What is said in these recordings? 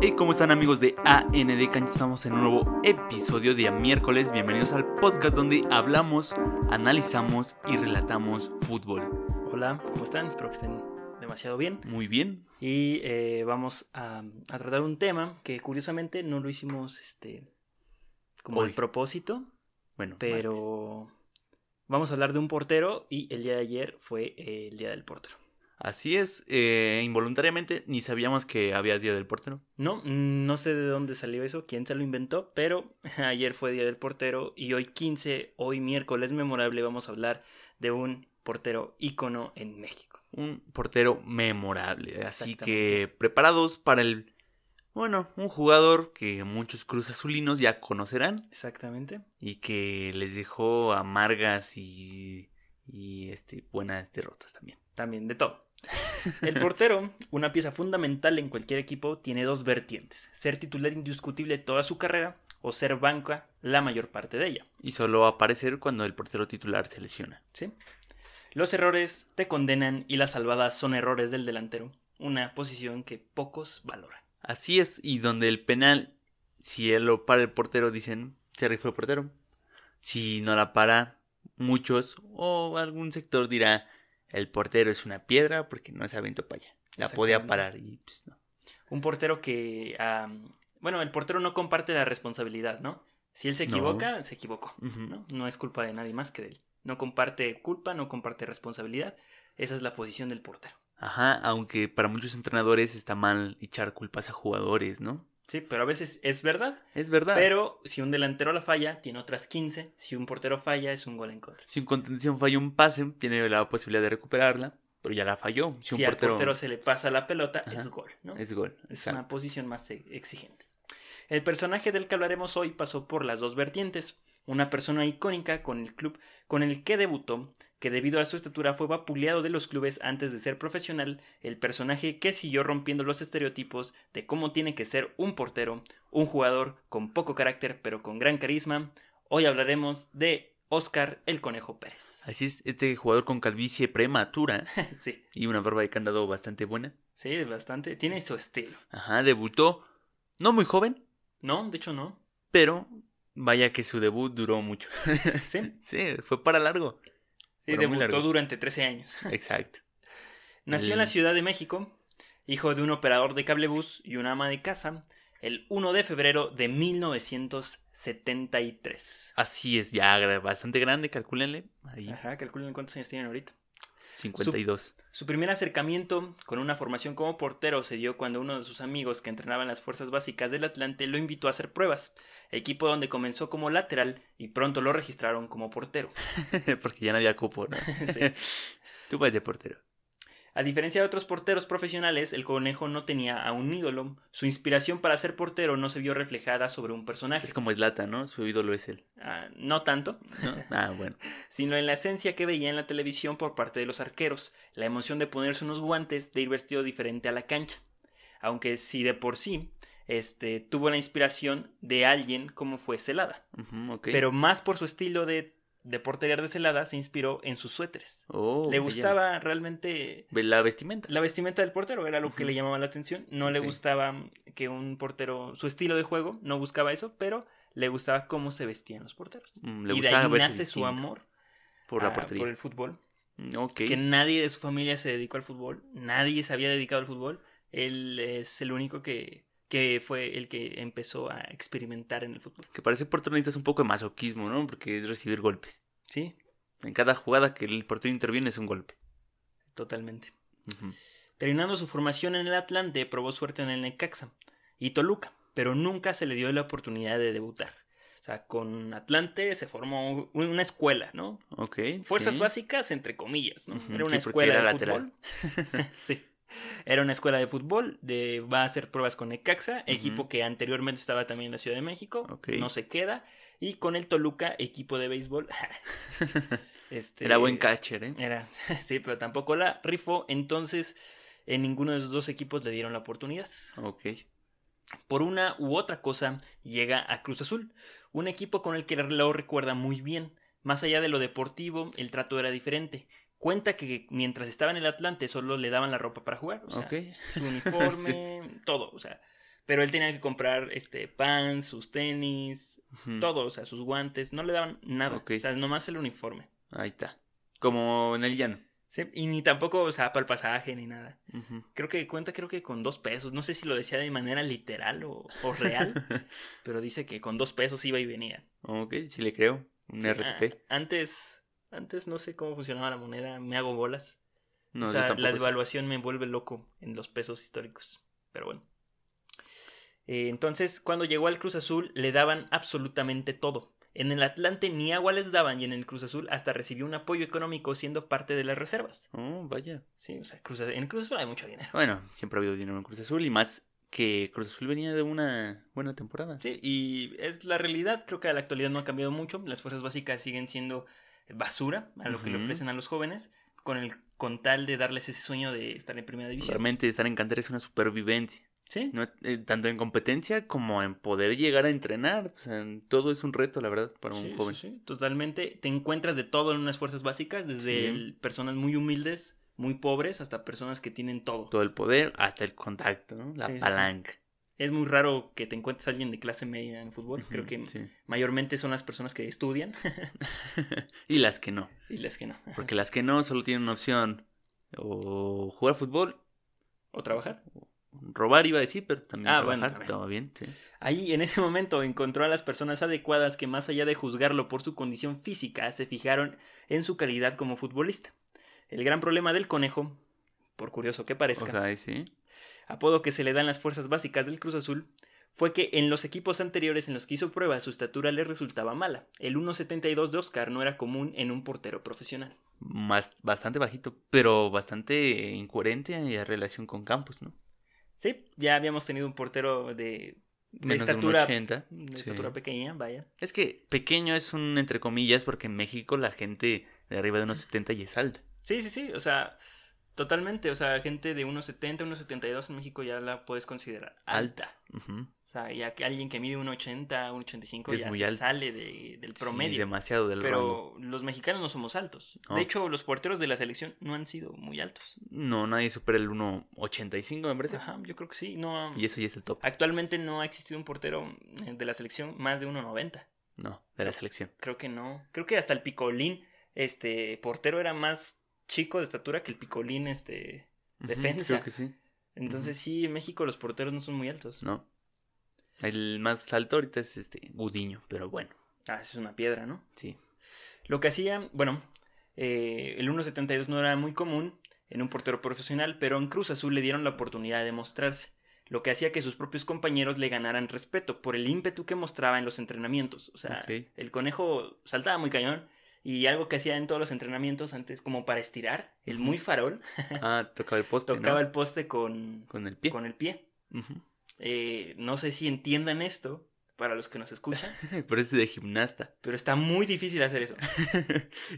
Y como están amigos de AND Cancha, estamos en un nuevo episodio día miércoles. Bienvenidos al podcast donde hablamos, analizamos y relatamos fútbol. Hola, ¿cómo están? Espero que estén demasiado bien. Muy bien. Y eh, vamos a, a tratar un tema que curiosamente no lo hicimos este como Hoy. el propósito, Bueno, pero martes. vamos a hablar de un portero y el día de ayer fue eh, el día del portero. así es. eh, involuntariamente ni sabíamos que había Día del Portero. No, no sé de dónde salió eso, quién se lo inventó, pero ayer fue día del portero y hoy 15, hoy miércoles memorable vamos a hablar de un portero ícono en México. Un portero memorable. Así Exactamente. que preparados para el. Bueno, un jugador que muchos cruz azulinos ya conocerán. Exactamente. y que les dejó amargas y, y, este, buenas derrotas también. También de todo. El portero, una pieza fundamental en cualquier equipo, tiene dos vertientes. Ser titular indiscutible toda su carrera o ser banca la mayor parte de ella. Y solo va a aparecer cuando el portero titular se lesiona. ¿sí? Los errores te condenan y las salvadas son errores del delantero. Una posición que pocos valoran. Así es, y donde el penal, si él lo para el portero, dicen, se rifó el portero. Si no la para, muchos o algún sector dirá, el portero es una piedra porque no se aventó para allá. La podía Exactamente. parar y pues no. Un portero que... ah, bueno, el portero no comparte la responsabilidad, ¿no? Si él se No. equivoca, se equivocó. Ujú. ¿no? No es culpa de nadie más que de él. No comparte culpa, no comparte responsabilidad. Esa es la posición del portero. Ajá, aunque para muchos entrenadores está mal echar culpas a jugadores, ¿no? Sí, pero a veces es verdad. Es verdad. Pero si un delantero la falla, tiene otras 15. Si un portero falla, es un gol en contra. Si un contención falla un pase, tiene la posibilidad de recuperarla, pero ya la falló. Si, Si, un portero, al portero se le pasa la pelota, Ajá. es gol, ¿no? Es, es gol. exacto. una posición más e- exigente. El personaje del que hablaremos hoy pasó por las dos vertientes. Una persona icónica con el club con el que debutó, que debido a su estatura fue vapuleado de los clubes antes de ser profesional, el personaje que siguió rompiendo los estereotipos de cómo tiene que ser un portero, un jugador con poco carácter pero con gran carisma. Hoy hablaremos de Oscar el Conejo Pérez. Así es, este jugador con calvicie prematura sí, y una barba de candado bastante buena. sí, bastante. Tiene su estilo. Ajá, debutó no muy joven, No, de hecho no. pero vaya que su debut duró mucho. Sí, sí, sí, fue para largo. Pero muy largo. debutó durante 13 años. Exacto. Nació en la Ciudad de México, hijo de un operador de cablebús y una ama de casa, el 1 de febrero de 1973. Así es, ya gra- bastante grande, calcúlenle. Ahí, Ajá, calculen cuántos años tienen ahorita. 52. Su primer acercamiento con una formación como portero se dio cuando uno de sus amigos que entrenaba en las fuerzas básicas del Atlante lo invitó a hacer pruebas, equipo donde comenzó como lateral y pronto lo registraron como portero. Porque ya no había cupo, ¿no? Sí. Tú vas de portero. A diferencia de otros porteros profesionales, el conejo no tenía a un ídolo. Su inspiración para ser portero no se vio reflejada sobre un personaje. Es como Slata, ¿no? Su ídolo es él. Ah, no tanto, ¿no? Ah, bueno. sino en la esencia que veía en la televisión por parte de los arqueros, la emoción de ponerse unos guantes, de ir vestido diferente a la cancha. Aunque si de por sí este, tuvo la inspiración de alguien como fue Celada, Ujú, ok. pero más por su estilo de, de portería de Celada se inspiró en sus suéteres. Oh, Le vaya. gustaba realmente Ve La vestimenta. la vestimenta del portero, era lo que Ujú. le llamaba la atención, no le Ok. gustaba que un portero, su estilo de juego, no buscaba eso, pero le gustaba cómo se vestían los porteros. Mm, Le y de gustaba ahí verse nace su distinto amor por la a- portería. por el fútbol. Mm, Ok. Que nadie de su familia se dedicó al fútbol, nadie se había dedicado al fútbol. Él es el único que, que fue el que empezó a experimentar en el fútbol. Que parece portero necesitas un poco de masoquismo, ¿no? Porque es recibir golpes. Sí, En cada jugada que el portero interviene es un golpe. totalmente. Ujú. Terminando su formación en el Atlante, probó suerte en el Necaxa y Toluca, pero nunca se le dio la oportunidad de debutar. O sea, con Atlante se formó un- una escuela, ¿no? Ok. Fuerzas sí. básicas, entre comillas, ¿no? Ujú, Era sí, una porque escuela era de lateral. fútbol. sí. Era una escuela de fútbol, de, va a hacer pruebas con Ujú. Necaxa, equipo que anteriormente estaba también en la Ciudad de México, Ok. no se queda, y con el Toluca, equipo de béisbol. este, Era buen catcher, ¿eh? Era, sí, pero tampoco la rifó, entonces en ninguno de esos dos equipos le dieron la oportunidad. Ok. Por una u otra cosa, llega a Cruz Azul, un equipo con el que lo recuerda muy bien. Más allá de lo deportivo, el trato era diferente. Cuenta que mientras estaba en el Atlante solo le daban la ropa para jugar, o sea, ok. su uniforme, todo, o sea, Pero él tenía que comprar este pan, sus tenis, Ujú. todo, o sea, sus guantes, no le daban nada, Mm. Ok. o sea, nomás el uniforme. Ahí está. Como en el llano. Sí, Y ni tampoco, o sea, para el pasaje ni nada. Ujú. Creo que cuenta, creo que con dos pesos. No sé si lo decía de manera literal o, o real, pero dice que con dos pesos iba y venía. ok, sí le creo. Un Sí, ah, RTP. a- antes, antes no sé cómo funcionaba la moneda, me hago bolas. No, o yo sea, la tampoco sé. devaluación me vuelve loco en los pesos históricos. Pero bueno. Eh, entonces, cuando llegó al Cruz Azul, le daban absolutamente todo. En el Atlante ni agua les daban y en el Cruz Azul hasta recibió un apoyo económico siendo parte de las reservas. Oh, vaya. Sí, o sea, Cruz Azul- en Cruz Azul hay mucho dinero. Bueno, siempre ha habido dinero en Cruz Azul y más que Cruz Azul venía de una buena temporada. Sí, y es la realidad, creo que a la actualidad no ha cambiado mucho, las fuerzas básicas siguen siendo basura a lo que le Ujú. ofrecen a los jóvenes, con el con tal de darles ese sueño de estar en primera división. Realmente estar en cantera es una supervivencia. Sí, No, eh, tanto en competencia como en poder llegar a entrenar. O sea, en- todo es un reto, la verdad, para sí, un sí, joven. sí, totalmente. Te encuentras de todo en unas fuerzas básicas, desde Sí. el- personas muy humildes, muy pobres, hasta personas que tienen todo. Todo el poder hasta el contacto, ¿no? La Sí, sí, sí. palanca. Es muy raro que te encuentres a alguien de clase media en fútbol, creo Ujú, que sí. mayormente son las personas que estudian y las que no. y las que no. Porque las que no solo tienen una opción. O jugar fútbol. O trabajar. Robar iba a decir, pero también Ah, bueno, trabajar. también. Todo bien, sí. Ahí, en ese momento, encontró a las personas adecuadas que, más allá de juzgarlo por su condición física, se fijaron en su calidad como futbolista. El gran problema del conejo, por curioso que parezca, Ok, sí. apodo que se le dan las fuerzas básicas del Cruz Azul, fue que en los equipos anteriores en los que hizo pruebas su estatura le resultaba mala. El 1.72 de Oscar no era común en un portero profesional. Más, bastante bajito, pero bastante incoherente en relación con Campos, ¿no? Sí, ya habíamos tenido un portero de, de Menos de un estatura, 80, de sí. estatura pequeña, vaya. Es que pequeño es un entre comillas porque en México la gente de arriba de unos 70 y es alta. Sí, sí, sí, o sea, totalmente, o sea, gente de 1.70, 1.72 en México ya la puedes considerar alta. Ujú. O sea, ya que alguien que mide 1.80, 1.85 Es ya muy se alto. sale de- del Sí, promedio. demasiado del rango. pero los mexicanos no somos altos. No. De hecho, los porteros de la selección no han sido muy altos. No, nadie supera el 1.85 me parece. Ajá, yo creo que sí. No, Y eso ya es el top. actualmente no ha existido un portero eh, de la selección más de 1.90. No, de la selección. Creo que no. Creo que hasta el picolín, este portero era más chico de estatura que el picolín, este. Ujú, Defensa. Creo que sí. Entonces sí, en México los porteros no son muy altos. No. El más alto ahorita es este Gudiño, pero bueno, Ah, eso es una piedra, ¿no? sí. Lo que hacía, bueno, eh, el 1.72 no era muy común en un portero profesional, pero en Cruz Azul le dieron la oportunidad de mostrarse, lo que hacía que sus propios compañeros le ganaran respeto por el ímpetu que mostraba en los entrenamientos. O sea, Ok. el conejo saltaba muy cañón y algo que hacía en todos los entrenamientos antes, como para estirar, el muy farol, Ah, tocaba el poste, ¿no? tocaba el poste con, Con el pie. con el pie. Ujú. Eh, no sé si entiendan esto para los que nos escuchan, Pero es de gimnasta. pero está muy difícil hacer eso.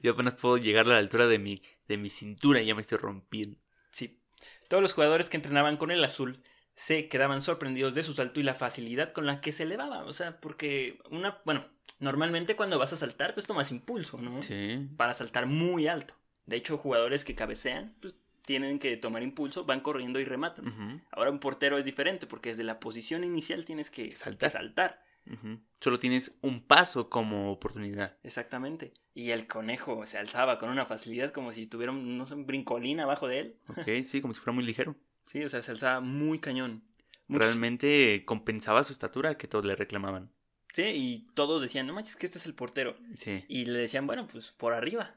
Yo apenas puedo llegar a la altura de mi, de mi cintura y ya me estoy rompiendo. Sí. Todos los jugadores que entrenaban con el azul se quedaban sorprendidos de su salto y la facilidad con la que se elevaba. O sea, porque una, bueno, normalmente cuando vas a saltar, pues tomas impulso, ¿no? Sí. Para saltar muy alto. De hecho, jugadores que cabecean, pues tienen que tomar impulso, van corriendo y rematan. Ujú, Ahora un portero es diferente porque desde la posición inicial tienes que Saltar. que saltar. ujú. Solo tienes un paso como oportunidad. Exactamente. Y el conejo se alzaba con una facilidad como si tuviera, un, no sé, un brincolín abajo de él. Ok, sí, como si fuera muy ligero. Sí, o sea, se alzaba muy cañón. Muchos- Realmente compensaba su estatura que todos le reclamaban. Sí, y todos decían, no manches, que este es el portero. Sí. Y le decían, bueno, pues por arriba.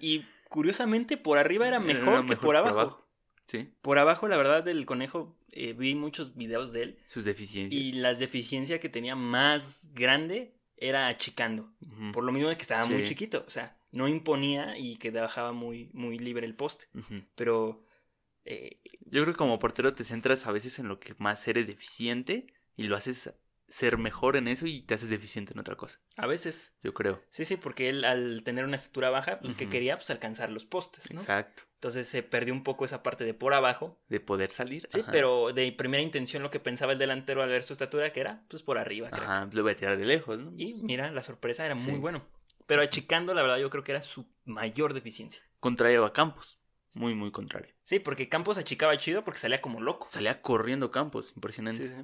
y curiosamente, por arriba era mejor que por abajo. Sí, Por abajo, la verdad, del conejo, eh, vi muchos videos de él. sus deficiencias. Y las deficiencias que tenía más grande era achicando. Ujú, Por lo mismo de que estaba muy Sí. chiquito. O sea, no imponía y que bajaba muy, muy libre el poste. ujú. Pero eh, Yo creo que como portero te centras a veces en lo que más eres deficiente y lo haces ser mejor en eso y te haces deficiente en otra cosa. a veces. Yo creo. Sí, sí, porque él al tener una estatura baja, pues que Ujú. quería pues alcanzar los postes, ¿no? Exacto. Entonces se perdió un poco esa parte de por abajo, De poder salir. Sí, ajá. pero de primera intención lo que pensaba el delantero al ver su estatura, que era pues por arriba, creo. Ajá, lo voy a tirar de lejos, ¿no? Y mira, la sorpresa era Sí. muy bueno. Pero achicando, la verdad, yo creo que era su mayor deficiencia. Contrario a Campos. Muy, muy contrario. Sí, porque Campos achicaba chido porque salía como loco. Salía corriendo Campos, impresionante. Sí, sí.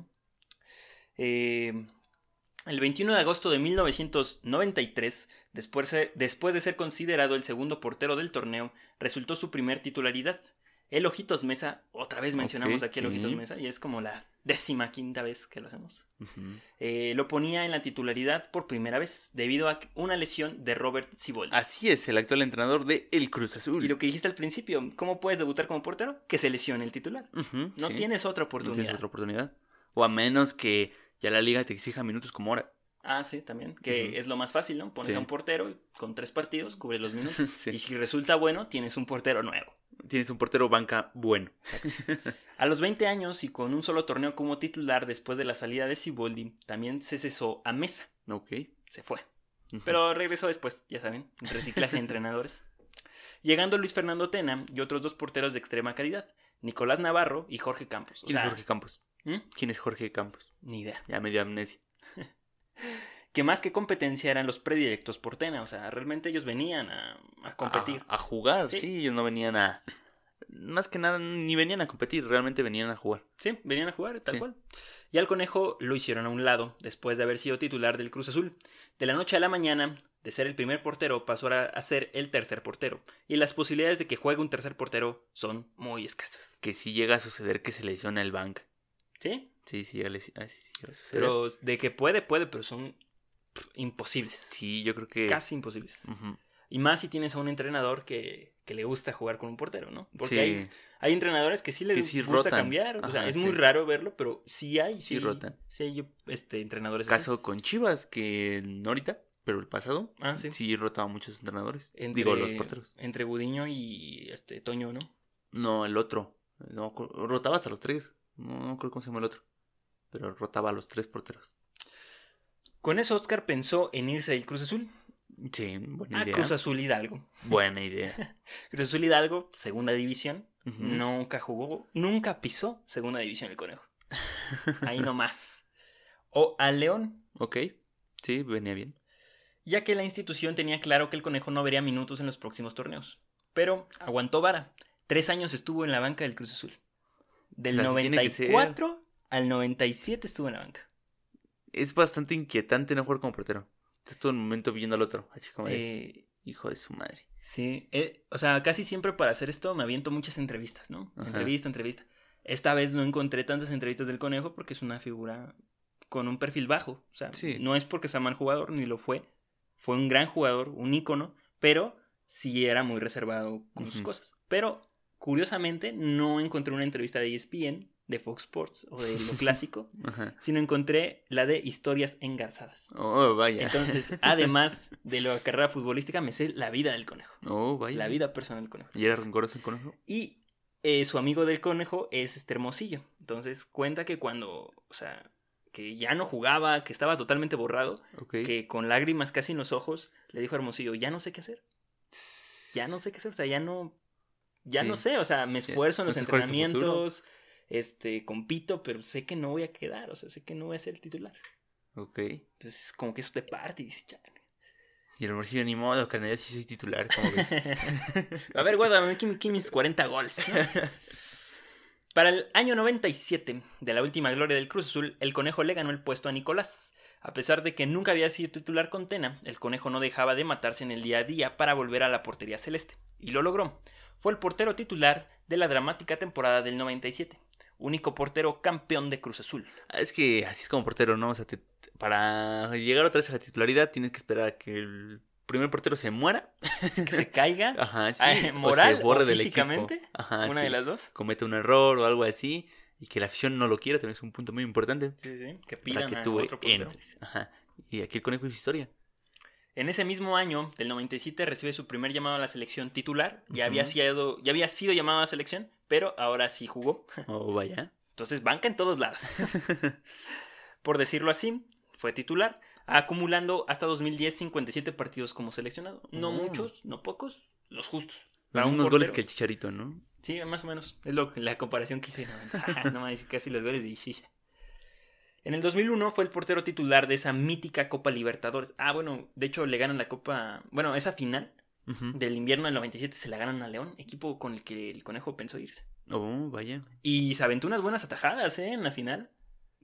Eh, el 21 de agosto de 1993, después, después de ser considerado el segundo portero del torneo, resultó su primer titularidad. El Ojitos Mesa, otra vez mencionamos Ok, aquí el sí. Ojitos Mesa, y es como la décima quinta vez que lo hacemos. Ujú. Eh, lo ponía en la titularidad por primera vez debido a una lesión de Robert Siboldi. Así es, el actual entrenador de El Cruz Azul. Y lo que dijiste al principio, ¿cómo puedes debutar como portero? Que se lesione el titular. Ujú, No sí. tienes otra No oportunidad. tienes otra oportunidad. O a menos que ya la liga te exija minutos como ahora. Ah, sí, también. Que Ujú. es lo más fácil, ¿no? Pones Sí. a un portero y con tres partidos, cubre los minutos. Sí. Y si resulta bueno, tienes un portero nuevo. Tienes un portero banca bueno. A los 20 años y con un solo torneo como titular después de la salida de Siboldi, también se cesó a Mesa. Ok. Se fue. Ujú. Pero regresó después, ya saben, reciclaje de entrenadores. Llegando Luis Fernando Tena y otros dos porteros de extrema calidad, Nicolás Navarro y Jorge Campos. O ¿Quién es sea, Jorge Campos? ¿Mm? ¿Quién es Jorge Campos? Ni idea. Ya medio amnesia. Que más que competencia eran los predilectos por Tena. O sea, realmente ellos venían a, a competir. A, a jugar, Sí. sí. Ellos no venían a. Más que nada, ni venían a competir, realmente venían a jugar. Sí, venían a jugar, tal Sí. cual. Y al conejo lo hicieron a un lado, después de haber sido titular del Cruz Azul. De la noche a la mañana, de ser el primer portero, pasó a a ser el tercer portero. Y las posibilidades de que juegue un tercer portero son muy escasas. Que si llega a suceder que se lesiona el banca. ¿Sí? Sí, sí, llega a lesi- ah, sí, sí llega a suceder. Pero de que puede, puede, pero son pff, imposibles. Sí, Mm. yo creo que. Casi imposibles. Ujú. Y más si tienes a un entrenador que, que le gusta jugar con un portero, ¿no? Porque sí, hay, hay entrenadores que sí les Que sí gusta rotan. cambiar. o sea, Ajá, es muy sí. raro verlo, pero sí hay. Sí rotan. Sí hay este, entrenadores así. caso con Chivas, que no ahorita, pero el pasado. Ah, sí. Sí, rotaba muchos entrenadores. Entre, Digo, los porteros. Entre Budiño y este Toño, ¿no? No, el otro. No, cu- rotaba hasta los tres. No, no creo cómo se llama el otro. Pero rotaba a los tres porteros. Con eso Oscar pensó en irse del Cruz Azul Sí, buena a idea. Ah, Cruz Azul Hidalgo. Buena idea. Cruz Azul Hidalgo, segunda división, Ujú. nunca jugó, nunca pisó segunda división el conejo. Ahí nomás. O a León, Ok. Sí, venía bien. ya que la institución tenía claro que el conejo no vería minutos en los próximos torneos. Pero aguantó vara. Tres años estuvo en la banca del Cruz Azul. Del O sea, así tiene que ser. 94 al 97 estuvo en la banca. Es bastante inquietante no jugar como portero. Estás todo el momento viendo al otro. Así como de, Eh, hijo de su madre. Sí, eh, o sea, casi siempre para hacer esto me aviento muchas entrevistas, ¿no? Ajá. Entrevista, entrevista. Esta vez no encontré tantas entrevistas del conejo porque es una figura con un perfil bajo. O sea, Sí. no es porque sea mal jugador, ni lo fue. Fue un gran jugador, un ícono, pero sí era muy reservado con sus Ujú. cosas. Pero, curiosamente, no encontré una entrevista de E ESPN, de Fox Sports o de lo clásico, Ajá. sino encontré la de historias engarzadas. Oh, vaya. Entonces, además de la carrera futbolística, me sé la vida del conejo. oh, vaya. La vida personal del conejo. ¿Y era rencoroso el conejo? Y, eh, su amigo del conejo es este hermosillo. Entonces cuenta que cuando, o sea, que ya no jugaba, que estaba totalmente borrado, Ok. que con lágrimas casi en los ojos, le dijo a Hermosillo, ya no sé qué hacer, ya no sé qué hacer, o sea, ya no, ya Sí. no sé, o sea, me Sí. esfuerzo en No los sé cuál es tu futuro. entrenamientos, este, compito, pero sé que no voy a quedar, o sea, sé que no voy a ser el titular. Ok. Entonces, como que eso te parte y dices, "Chale". Y el morcillo ni modo, carnal, yo sí soy titular. ¿cómo ves? A ver, guárdame aquí, aquí mis 40 goles. ¿no? Para el año 97 de la última gloria del Cruz Azul, el Conejo le ganó el puesto a Nicolás. A pesar de que nunca había sido titular con Tena, el Conejo no dejaba de matarse en el día a día para volver a la portería celeste. Y lo logró. Fue el portero titular de la dramática temporada del 97. Único portero campeón de Cruz Azul. Ah, Es que así es como portero, ¿no? O sea, te- te- para llegar otra vez a la titularidad tienes que esperar a que el primer portero se muera. Que se caiga, Ajá, sí. Ah, moral o equipo. físicamente, Ajá, una Ah, sí. de las dos. Comete un error o algo así y que la afición no lo quiera también es un punto muy importante Sí, sí, que para pidan que a tú otro portero. entres. Ajá. Y aquí el conejo es historia. En ese mismo año, del 97, recibe su primer llamado a la selección titular. Ya, había, Ujú. sido, ya había sido llamado a la selección, pero ahora sí jugó. Oh, vaya. Entonces, banca en todos lados. Por decirlo así, fue titular, acumulando hasta 2010 57 partidos como seleccionado. No Ah. muchos, no pocos, los justos. Para Para un unos goles portero. que el chicharito, ¿no? Sí, más o menos. Es lo, que- la comparación que hice. No, Ajá, no mames, casi los goles de Ishisha. En el 2001 fue el portero titular de esa mítica Copa Libertadores. Ah, bueno, de hecho le ganan la Copa. Bueno, esa final Ujú. del invierno del 97 se la ganan a León, equipo con el que el conejo pensó irse. Oh, vaya. Y se aventó unas buenas atajadas, ¿eh? En la final.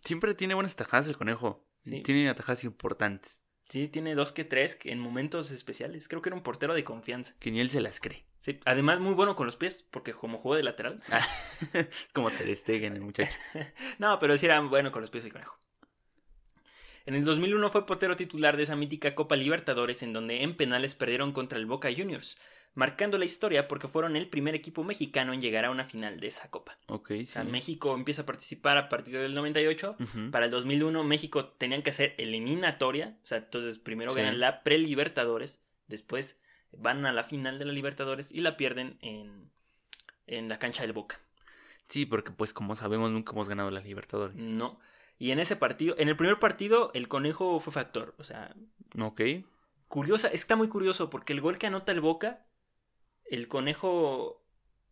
Siempre tiene buenas tajadas el conejo. Sí. Tiene atajadas importantes. Sí, tiene dos que tres que en momentos especiales. Creo que era un portero de confianza. Que ni él se las cree. Sí, además muy bueno con los pies, porque como jugó de lateral. Como Ter Stegen, el muchacho. No, pero sí era bueno con los pies el conejo. En el 2001 fue portero titular de esa mítica Copa Libertadores en donde en penales perdieron contra el Boca Juniors, marcando la historia porque fueron el primer equipo mexicano en llegar a una final de esa copa. Ok, O sí. sea, México empieza a participar a partir del 98. Ujú. Para el 2001 México tenían que hacer eliminatoria, o sea, entonces primero Sí. ganan la pre-Libertadores, después van a la final de la Libertadores y la pierden en, en la cancha del Boca. Sí, porque pues como sabemos nunca hemos ganado las Libertadores. No. Y en ese partido, en el primer partido, el conejo fue factor. O sea, Ok. curiosa, está muy curioso porque el gol que anota el Boca, el conejo.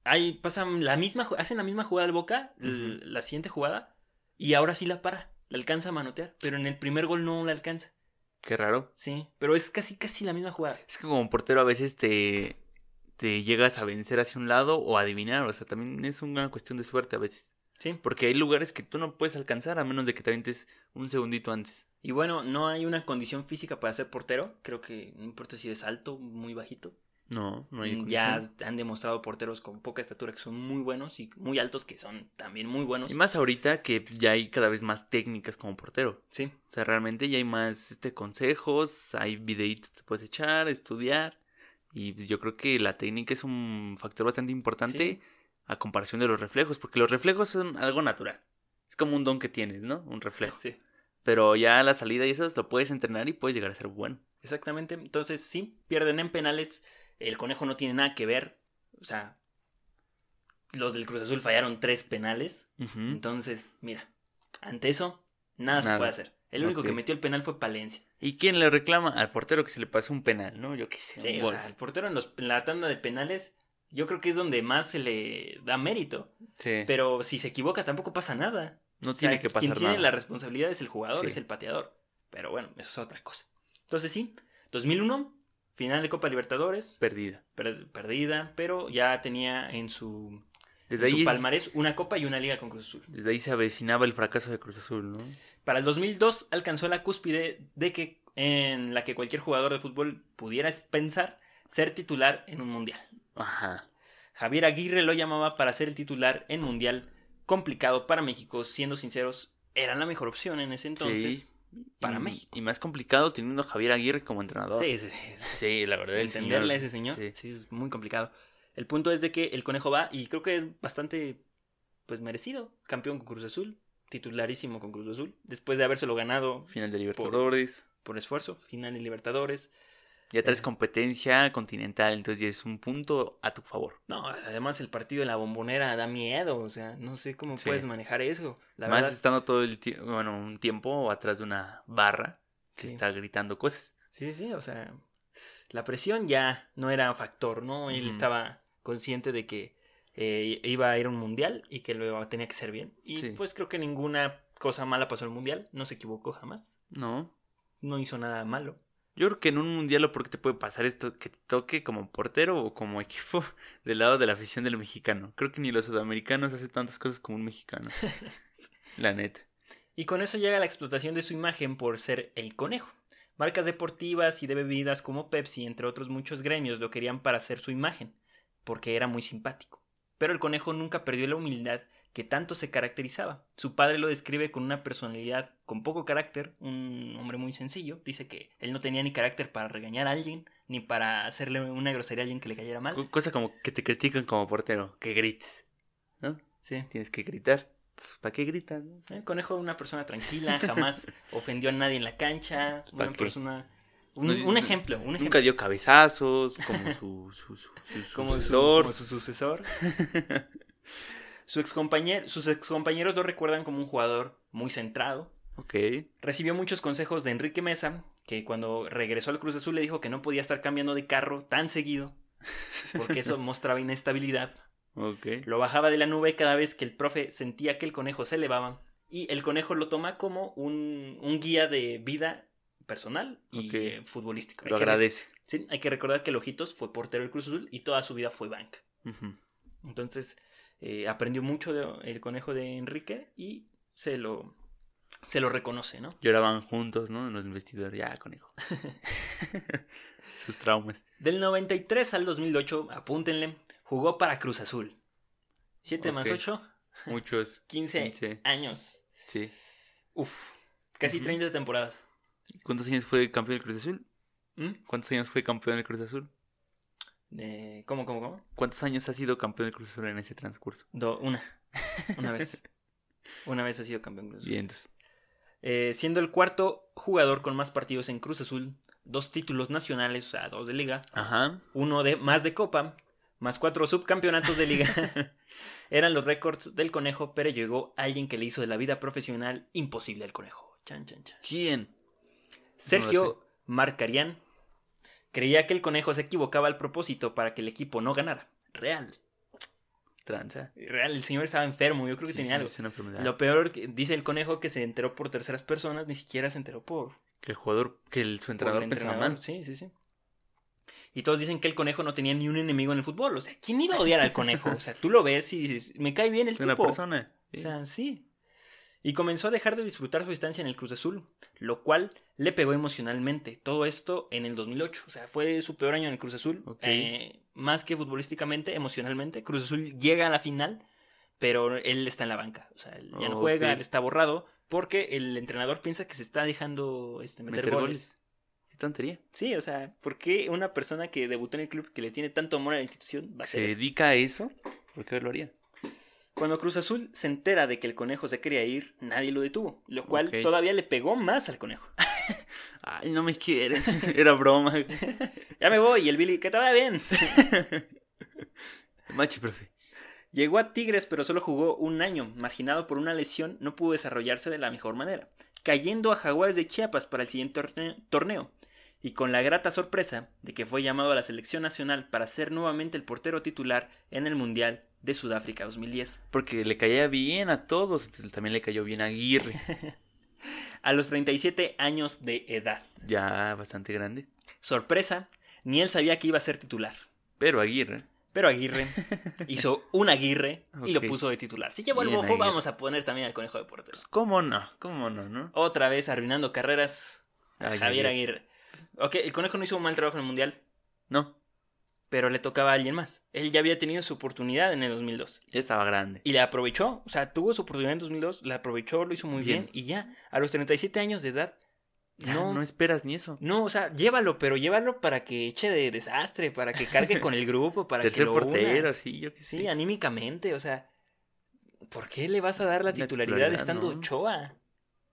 Ahí pasan la misma, ju- hacen la misma jugada al Boca, l- Ujú. la siguiente jugada, y ahora sí la para, la alcanza a manotear, pero en el primer gol no la alcanza. Qué raro. Sí, pero es casi, casi la misma jugada. Es que como portero a veces te, te llegas a vencer hacia un lado o a adivinar. O sea, también es una cuestión de suerte a veces. Sí. Porque hay lugares que tú no puedes alcanzar a menos de que te avientes un segundito antes. Y bueno, no hay una condición física para ser portero. Creo que no importa si eres alto, muy bajito. No, no hay Mm, ya condición. han demostrado porteros con poca estatura que son muy buenos y muy altos que son también muy buenos. Y más ahorita que ya hay cada vez más técnicas como portero. Sí, O sea, realmente ya hay más este, consejos, hay videitos que puedes echar, estudiar. Y pues, yo creo que la técnica es un factor bastante importante Sí. a comparación de los reflejos, porque los reflejos son algo natural. Es como un don que tienes, ¿no? Un reflejo. sí, Pero ya la salida y eso lo puedes entrenar y puedes llegar a ser bueno. exactamente. Entonces, sí, pierden en penales. El conejo no tiene nada que ver. O sea, los del Cruz Azul fallaron tres penales. Ujú. Entonces, mira, ante eso, nada, se Nada. puede hacer. El único Ok. que metió el penal fue Palencia. ¿Y quién le reclama? Al portero que se le pasó un penal, ¿no? Yo qué sé. Sí, un o gol. sea, el portero en, los- en la tanda de penales, yo creo que es donde más se le da mérito. Sí. Pero si se equivoca, tampoco pasa nada. no O sea, tiene que pasar Quien tiene nada. la responsabilidad es el jugador, Sí. es el pateador. Pero bueno, eso es otra cosa. Entonces sí, 2001, final de Copa Libertadores, Perdida. per- perdida, pero ya tenía en su, Desde en su ahí, palmarés una copa y una liga con Cruz Azul. desde ahí se avecinaba el fracaso de Cruz Azul, ¿no? Para el 2002 alcanzó la cúspide de que en la que cualquier jugador de fútbol pudiera pensar ser titular en un mundial. Ajá. Javier Aguirre lo llamaba para ser el titular en mundial complicado para México, siendo sinceros, era la mejor opción en ese entonces. para y, México. Y más complicado teniendo a Javier Aguirre como entrenador. Sí, sí, sí, sí. Sí, la verdad. el Entenderle a señor- ese señor. Sí. Sí. es muy complicado. El punto es de que el conejo va y creo que es bastante, pues merecido. Campeón con Cruz Azul, titularísimo con Cruz Azul, después de habérselo ganado Final de Libertadores. por esfuerzo, final en Libertadores. Ya traes Eh. competencia continental, entonces ya es un punto a tu favor. No, además el partido de la bombonera da miedo, o sea, no sé cómo Sí. puedes manejar eso. La más verdad, estando todo el tiempo, bueno, un tiempo atrás de una barra que Sí. está gritando cosas. sí, sí, sí, o sea, la presión ya no era factor, ¿no? Él Ujú. estaba consciente de que eh, iba a ir a un mundial y que lo tenía que ser bien. Y Sí. pues creo que ninguna cosa mala pasó en el mundial, no se equivocó jamás, No. no hizo nada malo. Yo creo que en un mundial lo porque te puede pasar esto que te toque como portero o como equipo del lado de la afición del mexicano. Creo que ni los sudamericanos hacen tantas cosas como un mexicano. la neta. Y con eso llega la explotación de su imagen por ser el conejo. Marcas deportivas y de bebidas como Pepsi, entre otros muchos gremios, lo querían para hacer su imagen, porque era muy simpático. Pero el conejo nunca perdió la humildad que tanto se caracterizaba. Su padre lo describe con una personalidad con poco carácter, un hombre muy sencillo. Dice que él no tenía ni carácter para regañar a alguien, ni para hacerle una grosería a alguien que le cayera mal. Co- Cosa como que te critican como portero, que grites. ¿No? Sí. Tienes que gritar. Pues, ¿Para qué gritas? no? El conejo una persona tranquila, jamás ofendió a nadie en la cancha, ¿Pa' una qué? persona... Un, No, un no, ejemplo, un ejemplo. Nunca dio cabezazos, como su, su, su- su como su, sucesor. como su sucesor. Su excompañer- sus excompañeros lo recuerdan como un jugador muy centrado. Ok. Recibió muchos consejos de Enrique Mesa, que cuando regresó al Cruz Azul le dijo que no podía estar cambiando de carro tan seguido, porque eso mostraba inestabilidad. Ok. Lo bajaba de la nube cada vez que el profe sentía que el conejo se elevaba, y el conejo lo toma como un, un guía de vida personal y Ok. eh, futbolística. Lo Hay que re- agradece. sí, hay que recordar que el Ojitos fue portero del Cruz Azul y toda su vida fue banca. Ujú. Entonces, eh, aprendió mucho de- el conejo de Enrique y se lo, se lo reconoce, ¿no? Lloraban juntos, ¿no? En los vestidores. Ya, conejo. Sus traumas. Del 93 al 2008, apúntenle, jugó para Cruz Azul. 7 más Ok. 8, Muchos. 15 15, años. Sí. Uf, casi Ujú. 30 temporadas. ¿Cuántos años fue campeón del Cruz Azul? ¿Mm? ¿Cuántos años fue campeón del Cruz Azul? Eh, ¿Cómo, cómo, cómo? ¿Cuántos años ha sido campeón del Cruz Azul en ese transcurso? Do- una. Una vez. Una vez ha sido campeón Cruz Azul. Bien, entonces. Eh, siendo el cuarto jugador con más partidos en Cruz Azul, dos títulos nacionales, o sea, dos de liga, Ajá. uno de más de copa, más cuatro subcampeonatos de liga. Eran los récords del conejo, pero llegó alguien que le hizo de la vida profesional imposible al conejo. Chan, chan, chan. ¿Quién? Sergio Marcarián creía que el conejo se equivocaba al propósito para que el equipo no ganara. Real. Tranza. Real, el señor estaba enfermo, yo creo que Sí, tenía sí, algo. Es una enfermedad. Lo peor, que dice el conejo, que se enteró por terceras personas, ni siquiera se enteró por, Que el jugador, que el, su por entrenador el pensaba entrenador. mal. Sí, sí, sí. Y todos dicen que el conejo no tenía ni un enemigo en el fútbol. O sea, ¿quién iba a odiar al conejo? O sea, tú lo ves y dices, me cae bien el Es una tipo. persona. O Sí. sea, sí. Y comenzó a dejar de disfrutar su estancia en el Cruz Azul, lo cual le pegó emocionalmente. Todo esto en el 2008. O sea, fue su peor año en el Cruz Azul. Ok. Eh, más que futbolísticamente, emocionalmente. Cruz Azul llega a la final, pero él está en la banca. O sea, él ya no Ok. juega, él está borrado, porque el entrenador piensa que se está dejando este, meter, Meter goles. goles. Qué tontería. Sí, o sea, ¿por qué una persona que debutó en el club, que le tiene tanto amor a la institución, va a ¿Se ser dedica a eso? ¿Por qué lo haría? Cuando Cruz Azul se entera de que el conejo se quería ir, nadie lo detuvo, lo cual Ok. todavía le pegó más al conejo. Ay, no me quieren. Era broma. Ya me voy, y el Billy, que te vaya bien. Machi, profe. Llegó a Tigres, pero solo jugó un año. Marginado por una lesión, no pudo desarrollarse de la mejor manera, cayendo a Jaguares de Chiapas para el siguiente torne- torneo. Y con la grata sorpresa de que fue llamado a la selección nacional para ser nuevamente el portero titular en el Mundial de Sudáfrica 2010. Porque le caía bien a todos. entonces También le cayó bien a Aguirre. A los 37 años de edad. Ya bastante grande. Sorpresa, ni él sabía que iba a ser titular. Pero Aguirre. Pero Aguirre hizo un Aguirre y lo Ok. puso de titular. Si llevó el Bien, bofo, Aguirre. vamos a poner también al conejo de portero. Pues, ¿cómo no? ¿Cómo no, no? Otra vez arruinando carreras. a Ay, Javier ay, ay. Aguirre. Ok, el conejo no hizo un mal trabajo en el mundial, No, pero le tocaba a alguien más. Él ya había tenido su oportunidad en el 2002. ya estaba grande. Y la aprovechó, o sea, tuvo su oportunidad en 2002, la aprovechó, lo hizo muy bien, Bien. y ya, a los 37 años de edad, Ya no, no esperas ni eso. No, o sea, llévalo, pero llévalo para que eche de desastre, para que cargue con el grupo, para Tercer que lo una. portero, sí, yo qué sé. Sí, anímicamente, o sea, ¿por qué le vas a dar la La titularidad, titularidad, estando ¿no? Ochoa,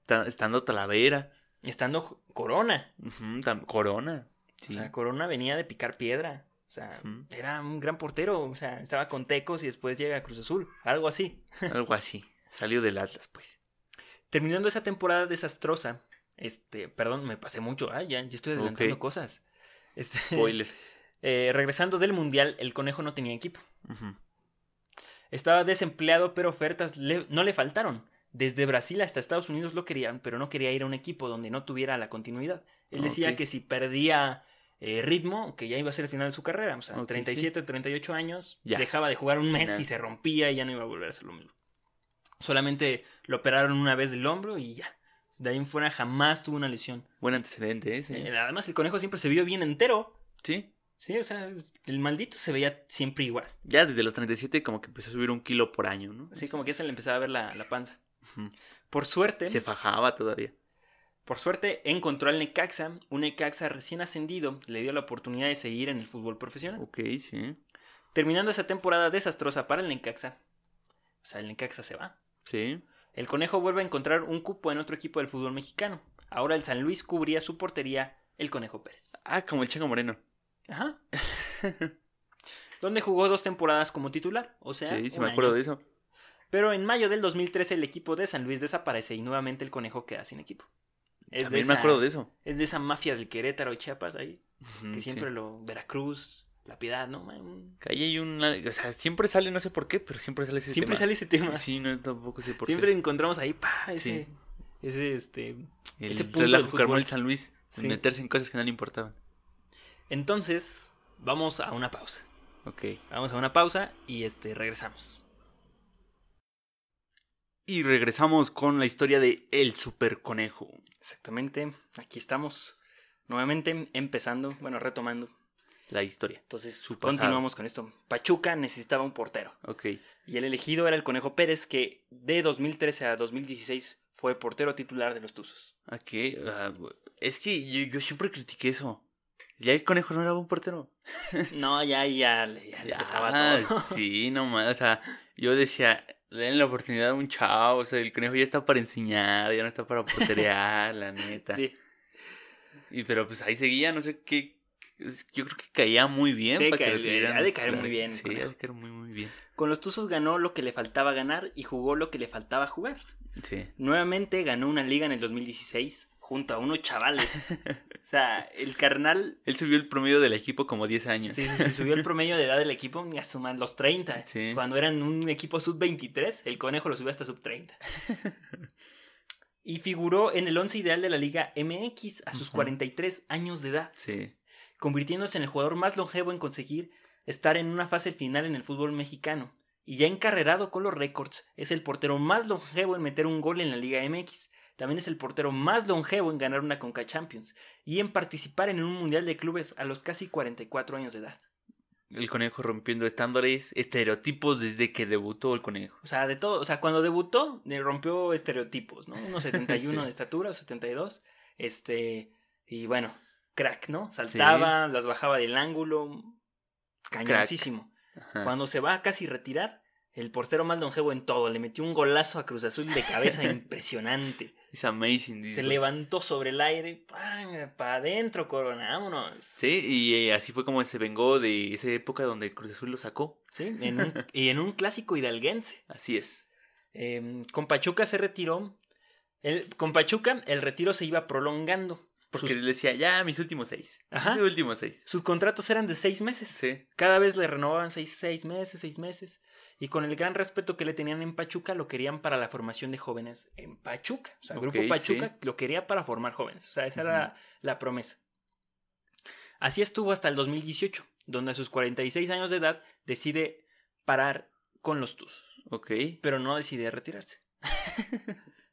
Ta- Estando Talavera, estando J- Corona? ujú, tam- Corona. Sí. O sea, Corona venía de picar piedra, o sea, Ujú. era un gran portero, o sea, estaba con Tecos y después llega a Cruz Azul, algo así. Algo así. Salió del Atlas, pues. Terminando esa temporada desastrosa, este, perdón, me pasé mucho, ah, ya, ya estoy adelantando Ok. cosas. Este, Spoiler. eh, regresando del Mundial, el Conejo no tenía equipo. Ujú. Estaba desempleado, pero ofertas le- no le faltaron. Desde Brasil hasta Estados Unidos lo querían, pero no quería ir a un equipo donde no tuviera la continuidad. Él decía Ok. que si perdía eh, ritmo, que ya iba a ser el final de su carrera. O sea, Ok, 37, 38 años, Ya. dejaba de jugar un mes Final. y se rompía y ya no iba a volver a hacer lo mismo. Solamente lo operaron una vez del hombro y ya. De ahí en fuera jamás tuvo una lesión. Buen antecedente ese. Eh, Además, el conejo siempre se vio bien entero. Sí. Sí, o sea, el maldito se veía siempre igual. Ya desde los 37 como que empezó a subir un kilo por año, ¿no? Así como que ya se le empezaba a ver la, la panza. Ujú. Por suerte. Se fajaba todavía. Por suerte encontró al Necaxa, un Necaxa recién ascendido, le dio la oportunidad de seguir en el fútbol profesional. Ok, sí. Terminando esa temporada desastrosa para el Necaxa, o sea, el Necaxa se va. Sí. El conejo vuelve a encontrar un cupo en otro equipo del fútbol mexicano. Ahora el San Luis cubría su portería el Conejo Pérez. Ah, como el Chango Moreno. Ajá. Donde jugó dos temporadas como titular, o sea, sí, sí un me acuerdo año. de eso. Pero en mayo del 2013 el equipo de San Luis desaparece y nuevamente el Conejo queda sin equipo. Es, de Mm, También esa, me acuerdo de eso. es de esa mafia del Querétaro y Chiapas ahí. Ujú, que sí. siempre lo Veracruz la piedad no Man, Ahí hay un... O sea, siempre sale, no sé por qué, pero siempre sale ese siempre tema. sale ese tema Sí, no, tampoco sé por siempre qué. encontramos ahí pa ese Sí. ese este El ese ese punto del relajo que armó fútbol. el San Luis. Sí. meterse en cosas que no le importaban. Entonces, vamos a una pausa. Ok. Vamos a una pausa y este regresamos. Y regresamos con la historia de El Super Conejo. Exactamente, aquí estamos. Nuevamente empezando, bueno, retomando. La historia. Entonces, Su pasado. continuamos con esto. Pachuca necesitaba un portero. Ok. Y el elegido era el Conejo Pérez, que de 2013 a 2016 fue portero titular de los Tuzos. Ok. ah, es que yo, yo siempre critiqué eso. Ya el conejo no era buen portero. Ah, No, ya, ya, le- ya, le pesaba todo. sí, nomás. O sea, yo decía, den la oportunidad a un chavo. O sea, el conejo ya está para enseñar, ya no está para porterear, la neta. Sí, Y pero pues ahí seguía, no sé qué. es- Yo creo que caía muy bien. Sí, que cae- lo tuvieran ha de caer titular. muy bien, Sí, conejo. ha de caer muy, muy bien. Con los Tuzos ganó lo que le faltaba ganar y jugó lo que le faltaba jugar. Sí. Nuevamente ganó una liga en el 2016 junto a unos chavales. O sea, el carnal Él subió el promedio del equipo como 10 años. sí, sí, sí, subió el promedio de edad del equipo a suman los 30. Sí. Cuando eran un equipo sub-23, el conejo lo subió hasta sub-30. Y figuró en el 11 ideal de la Liga MX a sus Ujú. 43 años de edad, Sí. convirtiéndose en el jugador más longevo en conseguir estar en una fase final en el fútbol mexicano. Y ya encarrerado con los récords, es el portero más longevo en meter un gol en la Liga MX. También es el portero más longevo en ganar una Conca Champions y en participar en un Mundial de Clubes a los casi 44 años de edad. El conejo rompiendo estándares, estereotipos desde que debutó el conejo. O sea, de todo. O sea, cuando debutó, le rompió estereotipos, ¿no? Unos 71 Sí. de estatura, o 72. Este. Y bueno, crack, ¿no? Saltaba, las bajaba del ángulo. Cañoncísimo. Ajá. Cuando se va a casi retirar, el portero más longevo en todo. Le metió un golazo a Cruz Azul de cabeza impresionante. It's amazing. dice. Se levantó sobre el aire. Para adentro, Corona, vámonos. Sí, y eh, así fue como se vengó de esa época donde Cruz Azul lo sacó. Sí, en un- y en un clásico hidalguense. Así es. Eh, con Pachuca se retiró. El, con Pachuca el retiro se iba prolongando. Porque Pues sus, él decía, ya, mis últimos seis. Ajá. Mis últimos seis. sus contratos eran de seis meses. Sí. Cada vez le renovaban seis, seis meses, seis meses. Y con el gran respeto que le tenían en Pachuca, lo querían para la formación de jóvenes en Pachuca. O sea, el Ok, Grupo Pachuca lo quería para formar jóvenes. O sea, esa era la promesa. Así estuvo hasta el 2018, donde a sus 46 años de edad decide parar con los Tuzos Ok. pero no decide retirarse.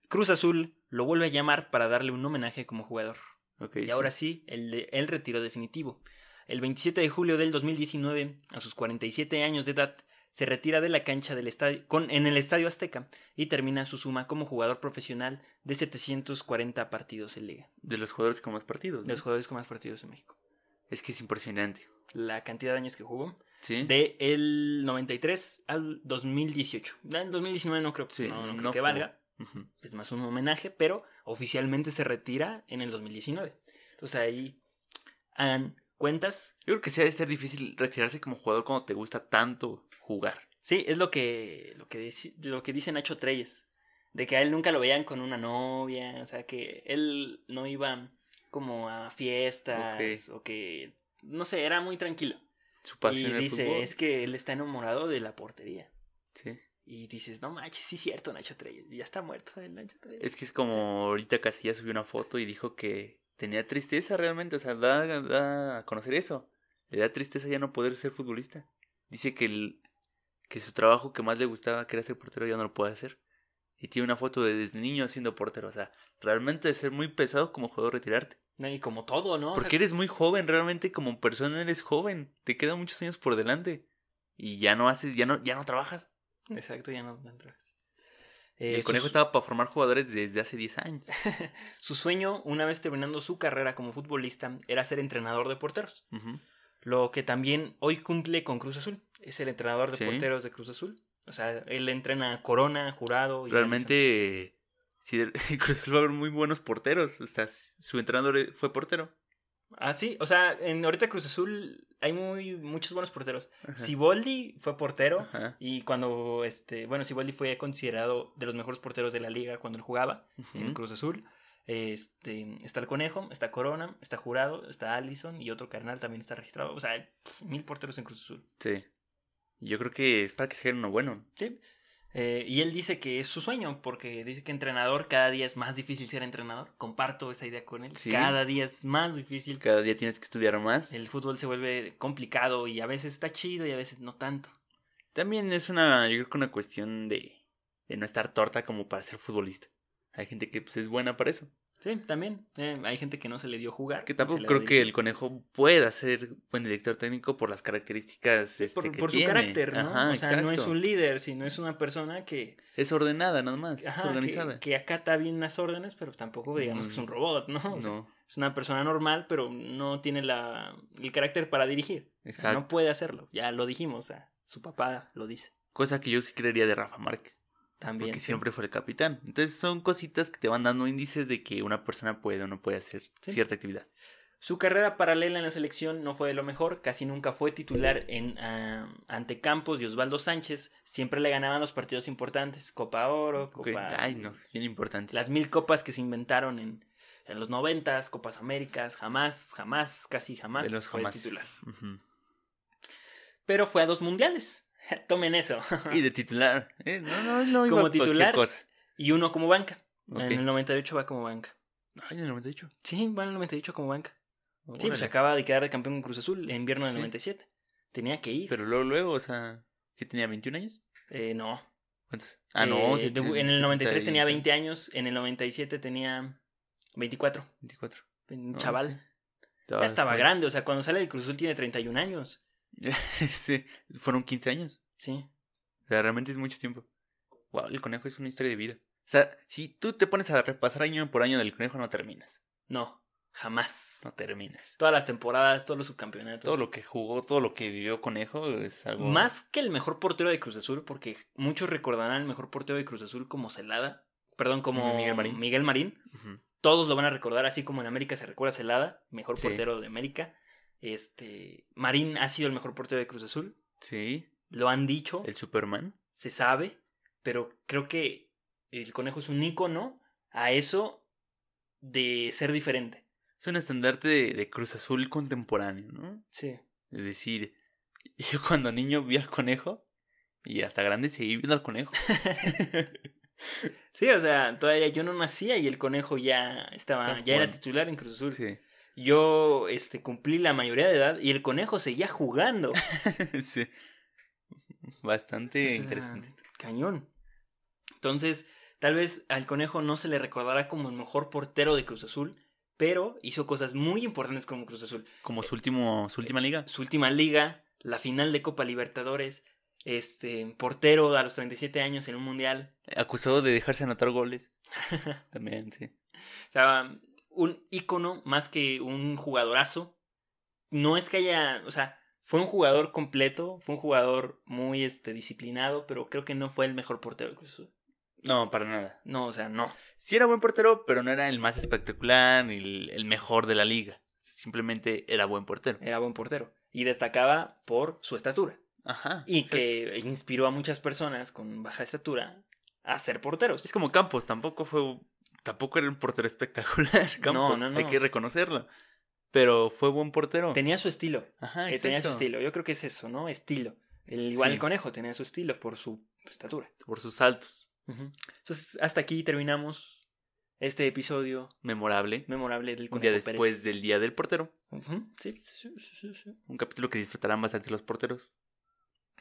Cruz Azul lo vuelve a llamar para darle un homenaje como jugador. Ok. Y ahora sí, el, de- el retiro definitivo. El 27 de julio del 2019, a sus 47 años de edad, se retira de la cancha del estadio, con- en el Estadio Azteca y termina su suma como jugador profesional de 740 partidos en Liga. De los jugadores con más partidos. de ¿no? Los jugadores con más partidos en México. Es que es impresionante. La cantidad de años que jugó. Sí. De el 93 al 2018. En 2019 no creo, Sí, no, no creo no que jugó. valga. Ujú. es más un homenaje, pero oficialmente se retira en el 2019. Entonces ahí hagan cuentas. Yo creo que sí ha de ser difícil retirarse como jugador cuando te gusta tanto jugar. Sí, es lo que, lo que, dice, lo que dice Nacho Treyes, de que a él nunca lo veían con una novia, o sea, que él no iba como a fiestas o que, no sé, era muy tranquilo. Su pasión Y en el dice, fútbol. es que él está enamorado de la portería. Sí. Y dices, no manches, sí es cierto, Nacho Treyes, ya está muerto el Nacho Treyes. Es que es como ahorita Casillas subió una foto y dijo que tenía tristeza realmente, o sea, da, da a conocer eso. Le da tristeza ya no poder ser futbolista. Dice que, el- que su trabajo que más le gustaba, que era ser portero, ya no lo puede hacer. Y tiene una foto de desde niño siendo portero, o sea, realmente de ser muy pesado como jugador retirarte. No, y como todo, ¿no? O sea, Porque eres muy joven, realmente como persona eres joven, te quedan muchos años por delante. Y ya no haces, ya no, ya no trabajas. Exacto, ya no, no entras. Y Eh, el su- conejo estaba para formar jugadores desde hace 10 años. Su sueño, una vez terminando su carrera como futbolista, era ser entrenador de porteros. Ujú. Lo que también hoy cumple con Cruz Azul. Es el entrenador de Sí. porteros de Cruz Azul. O sea, él entrena a Corona, Jurado. y Realmente, sí, el- Cruz Azul va a haber muy bunos porteros. O sea, s- su entrenador e- fue portero. Anderson. Ah, sí. O sea, en, ahorita Cruz Azul hay muy, muchos buenos porteros. Ajá. Siboldi fue portero. Ajá. Y cuando, este, bueno, Siboldi fue considerado de los mejores porteros de la liga cuando él jugaba. en Ujú. Cruz Azul. Este, está el Conejo, está Corona, está Jurado, está Allison y otro carnal también está registrado. O sea, hay mil porteros en Cruz Azul. Sí. Yo creo que es para que se gane uno bueno. Sí. Eh, y él dice que es su sueño, porque dice que entrenador cada día es más difícil ser entrenador. Comparto esa idea con él. Sí. Cada día es más difícil. Cada día tienes que estudiar más. El fútbol se vuelve complicado y a veces está chido y a veces no tanto. También es una, yo creo que una cuestión de, de no estar torta como para ser futbolista. Hay gente que pues, es buena para eso. Sí, también. eh, hay gente que no se le dio jugar. Que se tampoco le creo que dedicó. el conejo pueda ser buen director técnico por las características este, Por, que por su tiene. carácter, ¿no? Ajá, o sea, no es exacto. un líder, sino es una persona que, Es ordenada nada más, ajá, es que- organizada. que acata bien las órdenes, pero tampoco digamos que es un Mm. robot, ¿no? O sea, No, es una persona normal, pero no tiene la, el carácter para dirigir. O sea, exacto. no puede hacerlo. Ya lo dijimos, o sea, su papá lo dice Cosa que yo sí creería de Rafa Márquez, también. porque sí. siempre fue el capitán. Entonces son cositas que te van dando índices de que una persona puede o no puede hacer Sí. cierta actividad. Su carrera paralela en la selección no fue de lo mejor, casi nunca fue titular en ah, ante Campos y Osvaldo Sánchez, siempre le ganaban los partidos importantes, Copa Oro, Copa... Ok, Ay, no, bien importante. Las mil copas que se inventaron en, en los noventas, Copas Américas, jamás, jamás, casi jamás de los fue jamás. titular. Ujú. Pero fue a dos mundiales. Tomen eso. Y de titular. eh, no, no, no, Como iba a cualquier titular. cosa. Y uno como banca. Ok. En el 98 va como banca. Ay, en el 98. Sí, va en el 98 como banca. Sí, pues Órale. acaba de quedar de campeón con Cruz Azul en invierno del Sí. 97. Tenía que ir. Pero luego, luego, o sea, ¿qué tenía? ¿21 años? Eh, no. ¿Cuántos? Ah, no. Eh, sí, debu- tenía en el 93 70 y tenía 20 años, en el 97 tenía 24. 24. Un No, chaval. Ah, sí. Ya estaba sí. grande, o sea, cuando sale del Cruz Azul tiene 31 años. sí, fueron 15 años. Sí. O sea, realmente es mucho tiempo. Wow, el conejo es una historia de vida. O sea, si tú te pones a repasar año por año del conejo, no terminas. No, jamás. No terminas. Todas las temporadas, todos los subcampeonatos. Todo lo que jugó, todo lo que vivió conejo es algo. Más que el mejor portero de Cruz Azul, porque muchos recordarán el mejor portero de Cruz Azul como Celada. Perdón, como Miguel Marín. Miguel Marín. Ujú. Todos lo van a recordar, así como en América se recuerda a Celada, mejor Sí. portero de América. Este Marín ha sido el mejor portero de Cruz Azul. Sí, Lo han dicho, el Superman. se sabe, pero creo que el conejo es un ícono a eso de ser diferente. Es un estandarte de, de Cruz Azul contemporáneo, ¿no? Sí. Es decir, yo cuando niño vi al conejo y hasta grande seguí viendo al conejo. Sí, o sea, todavía yo no nacía y el conejo ya estaba, Está ya era jugando. titular en Cruz Azul. Sí, Yo este, cumplí la mayoría de edad y el conejo seguía jugando. sí. Bastante O sea, interesante. esto. Cañón. Entonces, tal vez al conejo no se le recordará como el mejor portero de Cruz Azul, pero hizo cosas muy importantes como Cruz Azul. Como su, último, su última liga. Su última liga, la final de Copa Libertadores, este, portero a los 37 años en un mundial. Acusado de dejarse anotar goles. También, sí. O sea, un ícono más que un jugadorazo. No es que haya, o sea, fue un jugador completo, fue un jugador muy este, disciplinado, pero creo que no fue el mejor portero de Cruz Azul. No, para nada. No, o sea, no. Sí era buen portero, pero no era el más espectacular ni el, el mejor de la liga. Simplemente era buen portero. Era buen portero. Y destacaba por su estatura. Ajá. Y o sea, que inspiró a muchas personas con baja estatura a ser porteros. Es como Campos, tampoco fue. Tampoco era un portero espectacular. Campos, no, no. hay que reconocerlo. Pero fue buen portero. Tenía su estilo. Ajá, eh, tenía su Ah, exacto. estilo. Yo creo que es eso, ¿no? Estilo. El- igual Sí. el conejo tenía su estilo por su estatura. Por sus saltos. Ujú. Entonces, hasta aquí terminamos este episodio Memorable. memorable del un día Conejo Pérez. después del Día del Portero. Ujú, sí, sí, sí, sí, sí. Un capítulo que disfrutarán bastante los porteros.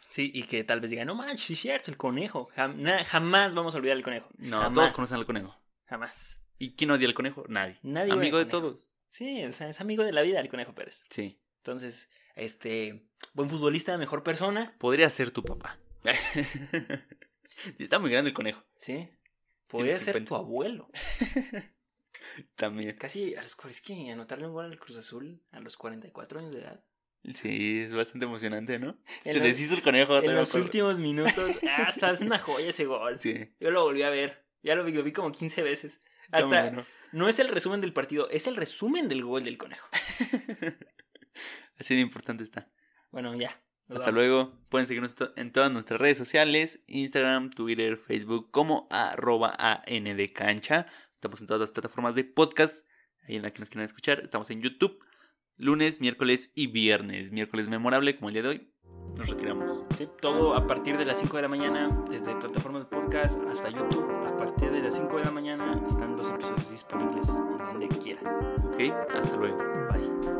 Sí, y que tal vez digan, no manches, sí es cierto, el conejo. Jam- na- jamás vamos a olvidar el conejo. No, jamás, todos conocen al conejo. Jamás. ¿Y quién odia al conejo? Nadie. Nadie odia Amigo al de conejo. todos. Sí, o sea, es amigo de la vida el conejo Pérez. Sí. Entonces, este, buen futbolista, mejor persona, Podría ser tu papá. Está muy grande el conejo. ¿sí? Podría ser 50. tu abuelo. También. Casi a los cu- es que anotarle un gol al Cruz Azul a los 44 años de edad. Sí, es bastante emocionante, ¿no? En Se los- deshizo el conejo. en también me los acuerdo. últimos minutos, hasta es una joya ese gol. Sí. Yo lo volví a ver. Ya lo vi, lo vi como 15 veces. está muy Hasta bueno. no es el resumen del partido, es el resumen del gol del conejo. Así de importante está. Bueno, ya. nos Hasta vamos. luego. Pueden seguirnos to- en todas nuestras redes sociales: Instagram, Twitter, Facebook, como arroba ANDcancha. Estamos en todas las plataformas de podcast, ahí en la que nos quieran escuchar. Estamos en YouTube, lunes, miércoles y viernes. Miércoles memorable, como el día de hoy. nos retiramos. Sí, todo a partir de las 5 de la mañana, desde plataformas de podcast hasta YouTube. A partir de las 5 de la mañana están los episodios disponibles en donde quiera. Ok, hasta luego. Bye.